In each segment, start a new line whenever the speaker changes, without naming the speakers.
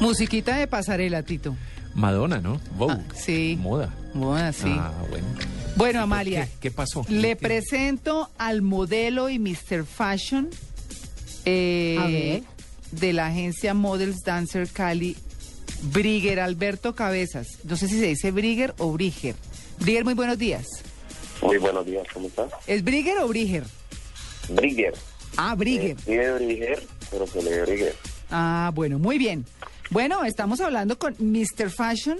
Musiquita de pasarela, Tito.
Madonna, ¿no? Vogue.
Ah, sí.
Moda.
Bueno, sí.
Ah, bueno.
bueno, Amalia,
¿Qué, qué pasó?
le
¿Qué- qué-
presento al modelo y Mr. Fashion eh,
A ver.
de la agencia Models Dancer Cali, Brigger Alberto Cabezas. No sé si se dice Brigger o Brigger. Brigger, muy buenos días.
Muy buenos días, ¿cómo estás?
¿Es Brigger o Brigger?
Brigger.
Ah, Brigger.
Eh.
Sí, de Brigger, pero se lee Brigger.
Ah, bueno, muy bien. Bueno, estamos hablando con Mr. Fashion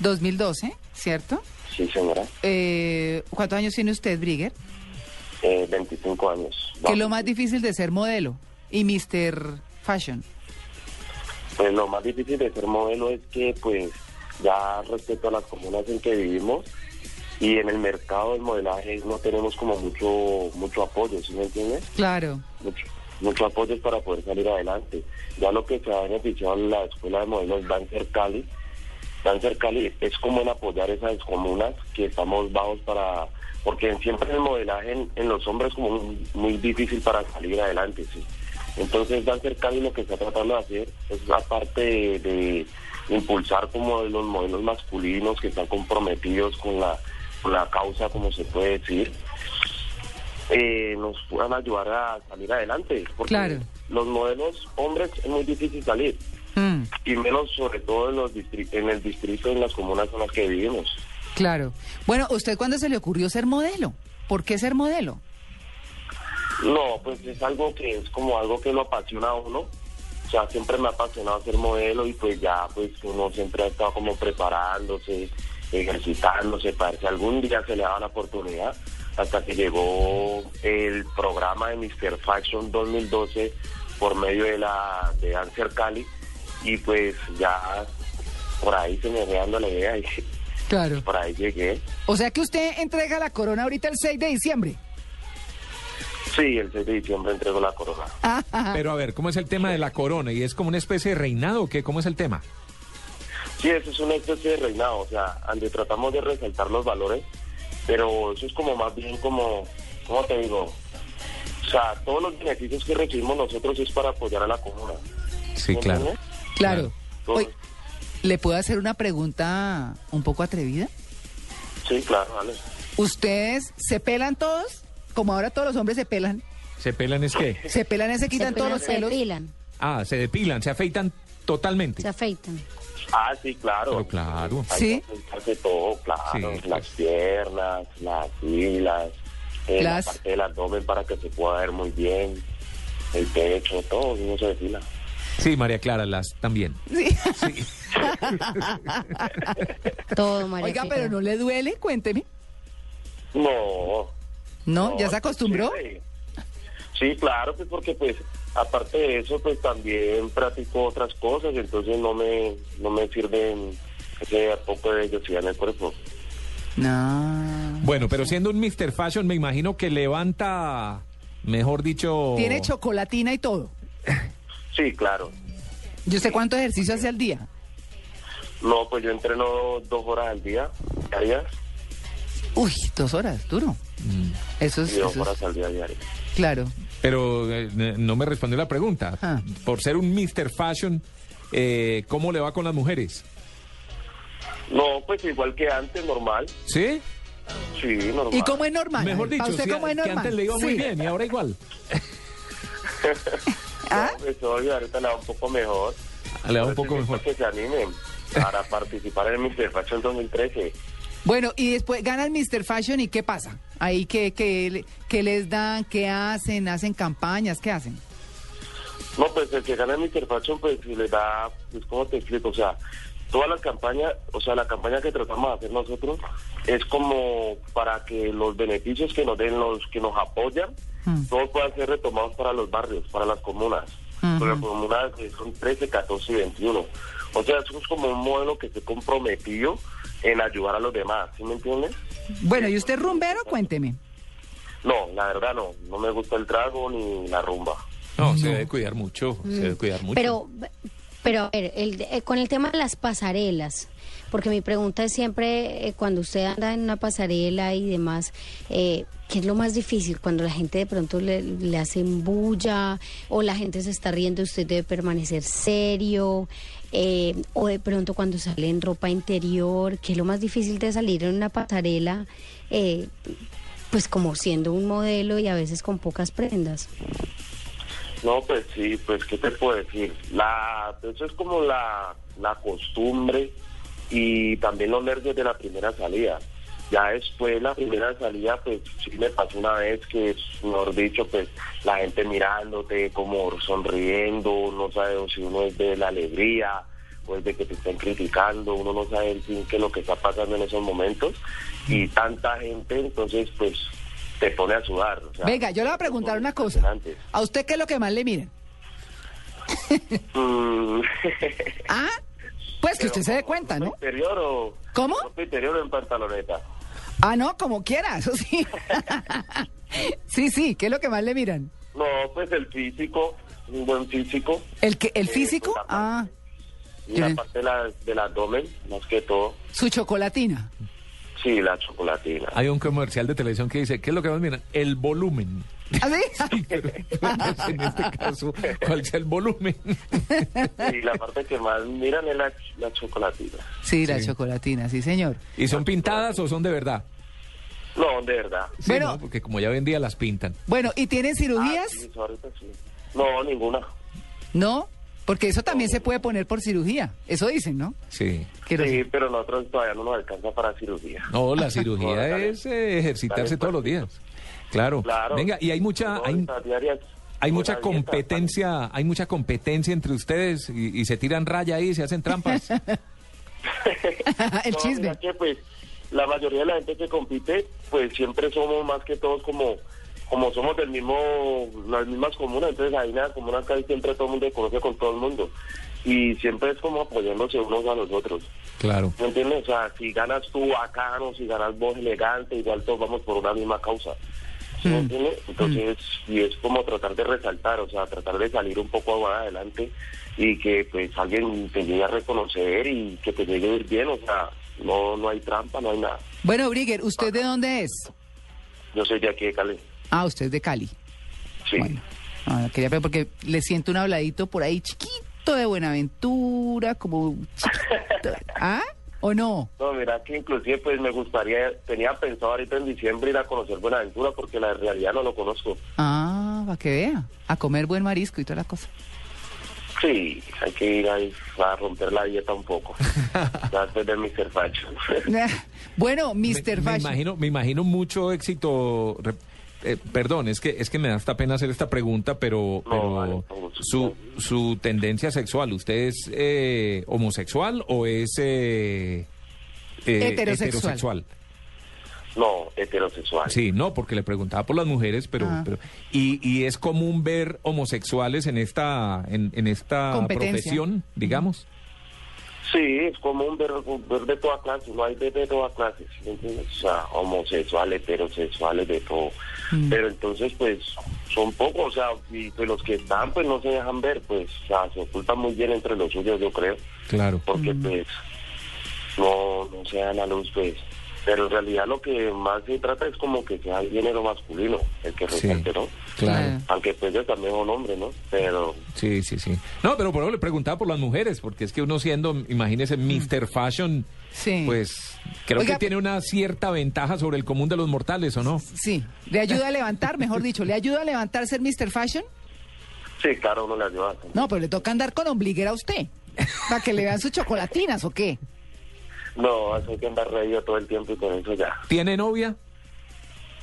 2012, ¿cierto?
Sí, señora.
Eh, ¿Cuántos años tiene usted, Brigger?
Eh, 25 años.
¿Qué es lo más difícil de ser modelo? Y Mr. Fashion.
Pues lo más difícil de ser modelo es que, pues, ya respecto a las comunas en que vivimos y en el mercado del modelaje no tenemos como mucho mucho apoyo, ¿sí me entiendes?
Claro.
Mucho, mucho apoyo para poder salir adelante. Ya lo que se ha beneficiado en la escuela de modelos Dancer Cali, Dancer Cali es como en apoyar esas comunas que estamos bajos para, porque siempre el modelaje en, en los hombres es como muy, muy difícil para salir adelante, sí. Entonces Dancer Cali lo que está tratando de hacer es aparte de, de impulsar como los modelos masculinos que están comprometidos con la, con la causa, como se puede decir, eh, nos puedan ayudar a salir adelante. Porque
Claro.
los modelos hombres es muy difícil salir
Mm,
y menos sobre todo en los distri- en el distrito en las comunas en las que vivimos
claro. Bueno, ¿usted cuándo se le ocurrió ser modelo? ¿Por qué ser modelo?
no pues es algo que es como algo que lo apasiona a uno o sea siempre me ha apasionado ser modelo y pues ya pues uno siempre ha estado como preparándose ejercitándose para ver si algún día se le daba la oportunidad hasta que llegó el programa de Mr. Fashion 2012 por medio de la de Dancer Cali y pues ya por ahí se me fue dando la idea y
Claro.
por ahí llegué
O sea que usted entrega la corona ahorita el 6 de diciembre.
Sí, el 6 de diciembre entrego la corona.
Pero a ver, ¿cómo es el tema de la corona? ¿Y es como una especie de reinado o qué? ¿Cómo es el tema?
Sí, eso es una especie de reinado, o sea, donde tratamos de resaltar los valores, pero eso es como más bien como, ¿cómo te digo? O sea, todos los beneficios que recibimos nosotros es para apoyar a la comuna.
Sí,
¿Me
claro.
entiendes?
Claro.
Claro.
Oye, ¿le puedo hacer una pregunta un poco atrevida?
Sí, claro, vale.
¿Ustedes se pelan todos? Como ahora todos los hombres se pelan.
¿Se pelan es qué?
¿Se pelan y se quitan
Se
todos
pelan,
los pelos?
Se depilan,
Ah, se depilan, se afeitan totalmente.
se afeitan.
Ah, sí, claro.
Pero claro.
Hay
Sí.
que aceptarse todo, claro.
Sí,
Las
pues.
piernas, las filas, eh,
Las-
la parte del abdomen para que se pueda ver muy bien, el pecho, todo, uno se desfila.
Sí, María Clara, las también.
Sí.
Todo, María.
Oiga,
Clara.
pero ¿no le duele? Cuénteme.
No,
¿No? ¿Ya se
sí,
acostumbró?
Sí, Sí, claro, pues porque pues aparte de eso pues también practico otras cosas, entonces no me no me sirven ese poco de velocidad en el cuerpo.
No.
Bueno, pero siendo un Mr. Fashion, me imagino que levanta, mejor dicho...
Tiene chocolatina y todo.
Sí, claro.
Yo sé cuánto ejercicio hace al día.
No, pues yo entreno dos horas al día, diarias,
Uy, dos horas, duro.
Mm.
Eso es,
y dos
Pues, eso es-
horas al día diarias.
claro.
Pero eh, n- no me respondió la pregunta.
Ah.
Por ser un Mr. Fashion, eh, ¿cómo le va con las mujeres?
No, pues igual que antes, normal.
¿Sí?
Sí, normal.
¿Y cómo es normal?
Mejor
¿Para
dicho,
usted
sí,
cómo es
que
normal?
antes le iba muy
Sí.
bien y ahora igual.
¿Ah?
No, pues, obvio, ahorita le va un poco mejor. Ah,
Le va un poco
Entonces, pues,
mejor.
Que se animen para participar en el Mr. Fashion 2013.
Bueno, y después gana el Mr. Fashion y ¿qué pasa? Ahí, ¿qué, qué, le- qué les dan? ¿Qué hacen? ¿Hacen campañas? ¿Qué hacen?
No, pues el que gana el Mr. Fashion, pues le da, pues cómo te explico, o sea, Toda la campaña, o sea, la campaña que tratamos de hacer nosotros es como para que los beneficios que nos den los que nos apoyan, todos puedan ser retomados para los barrios, para las comunas. Porque las comunas eh, son 13, 14 y 21. O sea, eso es como un modelo que se comprometió en ayudar a los demás, ¿sí me entiendes?
Bueno, ¿y usted es rumbero? Cuénteme.
No, la verdad no. No me gusta el trago ni la rumba.
No, se debe cuidar mucho, se debe cuidar mucho.
Pero, pero a ver, el- eh, con el tema de las pasarelas, porque mi pregunta es siempre, eh, cuando usted anda en una pasarela y demás, eh, ¿qué es lo más difícil? Cuando la gente de pronto le, le hacen bulla o la gente se está riendo, usted debe permanecer serio. eh, o de pronto cuando sale en ropa interior, ¿qué es lo más difícil de salir en una pasarela, eh, pues como siendo un modelo y a veces con pocas prendas.
No, pues sí, pues qué te puedo decir. La, pues, eso es como la, la costumbre y también los nervios de la primera salida. Ya después la primera salida, pues sí me pasó una vez que, mejor dicho, pues la gente mirándote, como sonriendo, no sabe si uno es de la alegría o es de que te estén criticando, uno no sabe en fin qué es lo que está pasando en esos momentos y tanta gente, entonces pues te pone a sudar. o sea,
Venga, yo le voy a preguntar una cosa.
impresionante.
¿A usted qué es lo que más le miran?
Mm.
Ah, pues que usted se dé cuenta, ¿no?
Ropa interior o-
¿Cómo?
Ropa interior o en pantaloneta.
Ah, no, como quiera, eso sí. sí, sí, ¿qué es lo que más le miran?
No, pues el físico, un buen físico.
¿El, que, el
Eh,
físico?
pues,
Ah,
Y la
Sí.
parte de la- del abdomen, más que todo.
su chocolatina.
Sí, la chocolatina.
Hay un comercial de televisión que dice, ¿qué es lo que más miran? El volumen.
¿Ah, sí?
Pues en este caso, ¿cuál es el volumen?
Y la parte que más miran es la, la chocolatina.
Sí, la chocolatina, sí, señor.
¿Y son pintadas o son de verdad?
No, de verdad.
Sí,
Bueno.
¿no? Porque como ya vendía las pintan.
Bueno, ¿y tienen
Ah,
cirugías?
sí, eso ahorita sí. No, ninguna.
No, porque eso también se puede poner por cirugía. Eso dicen, ¿no?
Sí.
Quiero
sí,
decir.
pero nosotros todavía no nos alcanza para cirugía.
No, la
No,
cirugía
dale.
es eh, ejercitarse
Dale, pues.
todos los días. Claro.
Claro.
Venga, y hay mucha,
No,
hay,
esas diarias,
hay
una
mucha
dieta,
competencia, hay mucha competencia entre ustedes y, y se tiran raya ahí, se hacen trampas.
El
No,
Ah, chisme.
mira que, pues, la mayoría de la gente que compite, pues siempre somos más que todos como, como somos del mismo, las mismas comunas, entonces ahí en las comunas casi siempre todo el mundo se conoce con todo el mundo. Y siempre es como apoyándose unos a los otros.
claro.
¿Me entiendes? O sea, si ganas tú bacano, si ganas vos elegante, igual todos vamos por una misma causa. ¿Sí me entiendes? Entonces, y es como tratar de resaltar, o sea, tratar de salir un poco adelante y que pues alguien te llegue a reconocer y que te llegue a ir bien, o sea, no, no hay trampa, no hay nada.
Bueno, Brigger, ¿usted de dónde es?
Yo soy de aquí de Cali.
Ah, usted es de Cali.
Sí.
Bueno, ah, quería ver porque le siento un habladito por ahí chiquito de Buenaventura, como chiquito. ¿Ah? ¿O no?
No, mira que inclusive pues me gustaría, tenía pensado ahorita en diciembre ir a conocer Buenaventura porque la realidad no lo conozco.
Ah, para que vea. A comer buen marisco y toda la cosa.
Sí, hay que ir ahí a romper la dieta un poco. Ya Después de Mr. Facho.
bueno,
Me-
Mr.
Me
Fashion.
imagino, me imagino mucho éxito. re- eh, perdón, es que es que me da hasta pena hacer esta pregunta, pero,
No,
pero
vale, con gusto.
su, su tendencia sexual, ¿usted es eh, homosexual o es eh, eh,
Heterosexual.
No, heterosexual.
Sí, no, porque le preguntaba por las mujeres, pero,
Ah.
pero- y, y es común ver homosexuales en esta en, en esta
Competencia.
profesión, digamos.
Sí, es común ver, ver de toda clase, no hay de, de toda clase, ¿sí me entiendes? O sea, homosexuales, heterosexuales, de todo. Pero entonces, pues, son pocos, o sea, y pues, los que están, pues no se dejan ver, pues, o sea, se ocultan muy bien entre los suyos, yo creo,
Claro.
porque, pues, no, no se dan a luz, pues. Pero en realidad lo que más se trata es como que sea el género masculino, el que
Sí.
resalte, ¿no?
Claro.
Claro.
Aunque pues yo también soy un hombre, ¿no? Pero
Sí, sí, sí. No, pero por eso le preguntaba por las mujeres, porque es que uno siendo, imagínese, Mr. Fashion,
Mm. Sí.
pues creo
Oiga,
que tiene una cierta ventaja sobre el común de los mortales, ¿o no?
Sí, le ayuda a levantar, mejor dicho, le ayuda a levantar ser Mr. Fashion.
sí, claro, uno le ayuda.
No, pero le toca andar con ombliguera a usted. Para que le vean sus chocolatinas o qué.
No, eso hay que andar reído todo el tiempo y con eso ya.
¿Tiene novia?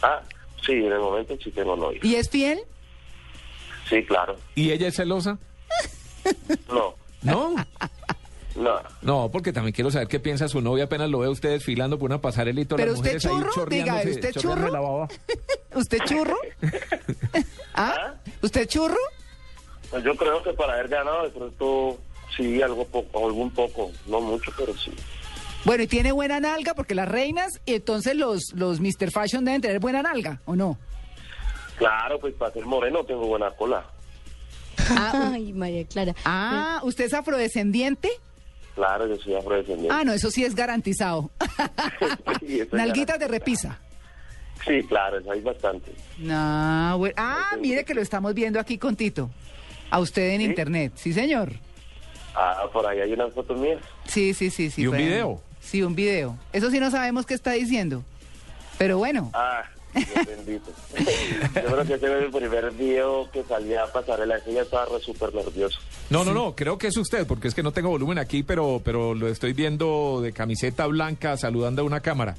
Ah, sí, en el momento sí tengo novia.
¿Y es fiel?
Sí, claro.
¿Y ella es celosa?
No,
No.
No,
No, porque también quiero saber qué piensa su novia apenas lo ve a usted desfilando por una pasarela y todas
¿Pero
las
usted
mujeres ahí
churro? Diga,
chorreándose-
¿usted
chorreando
churro?
la baba.
¿Usted churro? ¿Ah? ¿Usted churro?
pues yo creo que para haber ganado de pronto sí algo poco, algún poco, no mucho, pero sí.
Bueno, y tiene buena nalga porque las reinas y entonces los, los Mr. Fashion deben tener buena nalga, ¿o no?
Claro, pues para ser moreno tengo buena cola.
Ay, María Clara.
Ah, ¿usted es afrodescendiente?
Claro, yo soy afrodescendiente.
Ah, no, eso sí es garantizado.
Sí, eso ya-
Nalguitas de repisa.
Sí, claro, eso hay bastante.
No, bueno. Ah, mire que lo estamos viendo aquí con Tito. A usted en internet, sí, señor.
Ah, por ahí hay unas fotos mías.
Sí, sí, sí, sí.
¿Y un
fue-
video?
Sí, un video. Eso sí no sabemos qué está diciendo. Pero bueno,
Ah, Dios bendito. Yo creo que ese era el primer video que salía a pasar el ella estaba re súper nervioso.
No, no, no, creo que es usted, porque es que no tengo volumen aquí, pero, pero lo estoy viendo de camiseta blanca saludando a una cámara.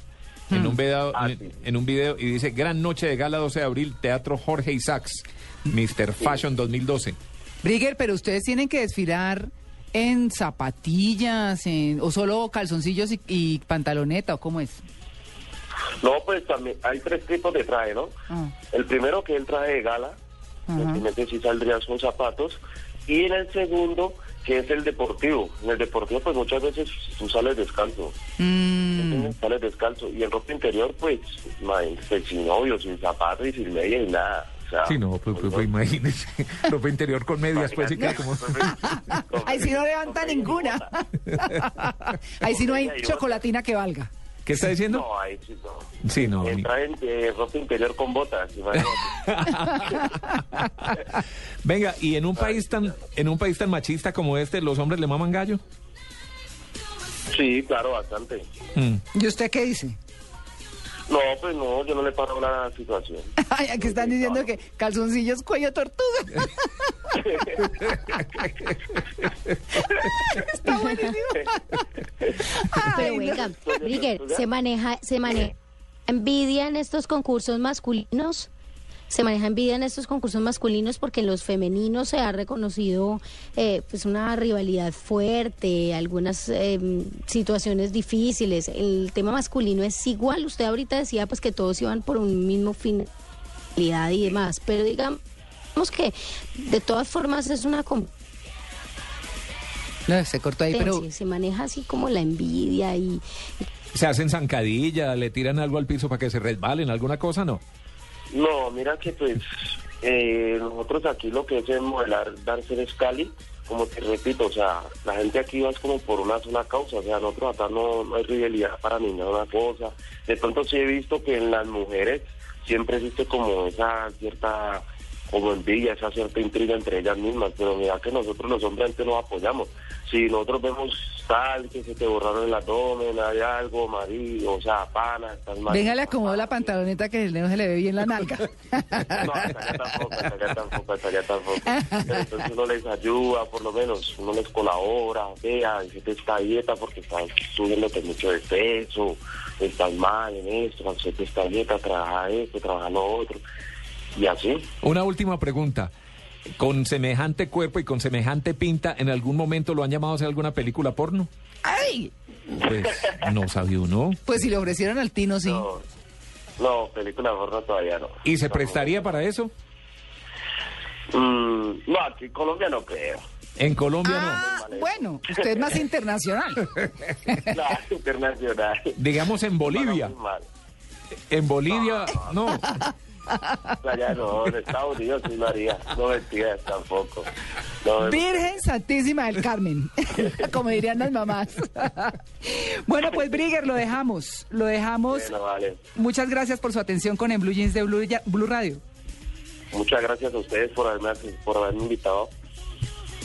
En un, video,
Ah,
en,
sí.
en un video y dice Gran Noche de Gala 12 de abril, Teatro Jorge Isaacs, Mr. Fashion 2012.
Brigger, pero ustedes tienen que desfilar en zapatillas en, o solo calzoncillos y, y pantaloneta, ¿o cómo es?
No, pues también hay tres tipos de traje, ¿no?
Ah.
El primero que es el traje de gala, simplemente sí saldrías con zapatos. Y en el segundo, que es el deportivo. En el deportivo, pues muchas veces tú sales descalzo.
Mm.
¿entiendes? Sales descalzo. Y en ropa interior, pues, mae, pues, sin obvio, sin zapatos y sin medias y nada. O sea,
Sí, no, pues, pues, pues, imagínese. Ropa interior con medias, pues, y queda como...
Ahí sí no levanta ninguna. Ahí sí no hay chocolatina que valga.
¿Qué está diciendo?
No, ahí sí no.
Sí, no. ni-
Entra en eh, ropa interior con botas. imagínate.
Venga, y en un país tan en un país tan machista como este, los hombres le maman gallo.
sí, claro, bastante.
Mm.
¿Y usted qué dice?
No, pues no, yo no le paro a la situación.
Ay, aquí están diciendo que calzoncillos cuello tortuga. Está buenísimo.
Pero
Ay, no.
venga, Brigger, se maneja, se maneja envidia en estos concursos masculinos. Se maneja envidia en estos concursos masculinos porque en los femeninos se ha reconocido eh, pues una rivalidad fuerte, algunas eh, situaciones difíciles. El tema masculino es igual. Usted ahorita decía pues que todos iban por un mismo fin realidad y demás, pero digamos que de todas formas es una competencia,
No, se cortó ahí, pero
se maneja así como la envidia y
Se hacen zancadilla, le tiran algo al piso para que se resbalen, alguna cosa, no.
No, mira que pues eh, nosotros aquí lo que es el modelar Dancer Scali, como te repito, o sea, la gente aquí va es como por una sola causa, o sea, nosotros acá no, no hay rivalidad para ninguna cosa. De pronto sí he visto que en las mujeres siempre existe como esa cierta como envidia, esa cierta intriga entre ellas mismas, pero mira que nosotros los hombres antes nos apoyamos. Si nosotros vemos tal, que se te borraron el abdomen, hay algo, marido, o sea, pana, estás mal. Ah,
venga, le acomodo la pantaloneta que no se le ve bien la nalga.
No, hasta allá tampoco, hasta allá tampoco, hasta allá tampoco. Pero entonces uno les ayuda, por lo menos, uno les colabora, vea, hiciste esta dieta porque estás subiéndote mucho de peso, estás mal en esto, hacete esta dieta, trabaja esto, trabaja lo otro. Y así,
Una última pregunta. Con semejante cuerpo y con semejante pinta, ¿en algún momento lo han llamado a hacer alguna película porno?
¡Ay!
Pues no sabía uno.
Pues si le ofrecieron al Tino, sí.
no, no, película gorda todavía no.
¿Y se
No.
prestaría para eso?
Mm, no, aquí en Colombia no creo.
En Colombia
Ah, bueno, usted es más internacional.
Claro, internacional.
no. Digamos en Bolivia.
Muy mal.
En Bolivia, no.
Allá no, en Estados Unidos sí lo haría. No mentiras tampoco. No, no.
Virgen Santísima del Carmen, como dirían las mamás. bueno, pues Brigger, lo dejamos. Lo dejamos.
Bueno, vale.
Muchas gracias por su atención con En Blue Jeans de Blue, Ya- Blue Radio.
Muchas gracias a ustedes por haberme, por haberme invitado.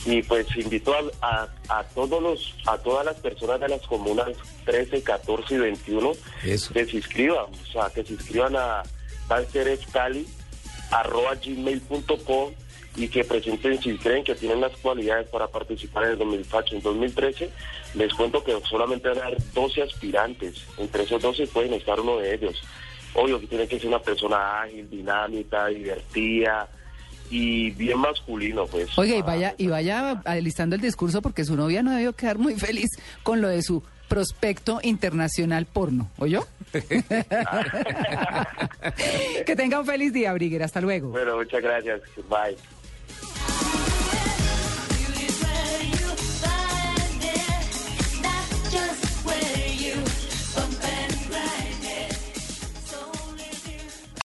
Y pues invito a, a- a todos los, a todas las personas de las comunas 13, 14 y 21
Eso.
que se inscriban, o sea, que se inscriban a gmail.com y que presenten si creen que tienen las cualidades para participar en el 2008, en 2013. Les cuento que solamente van a haber 12 aspirantes, entre esos 12 pueden estar uno de ellos. Obvio que tiene que ser una persona ágil, dinámica, divertida, y bien masculino, pues.
Oiga, y
Ah,
vaya, y vaya alistando el discurso porque su novia no debió quedar muy feliz con lo de su prospecto internacional porno, ¿oyó? que tenga un feliz día, Briguer. Hasta luego.
Bueno, muchas gracias. Bye.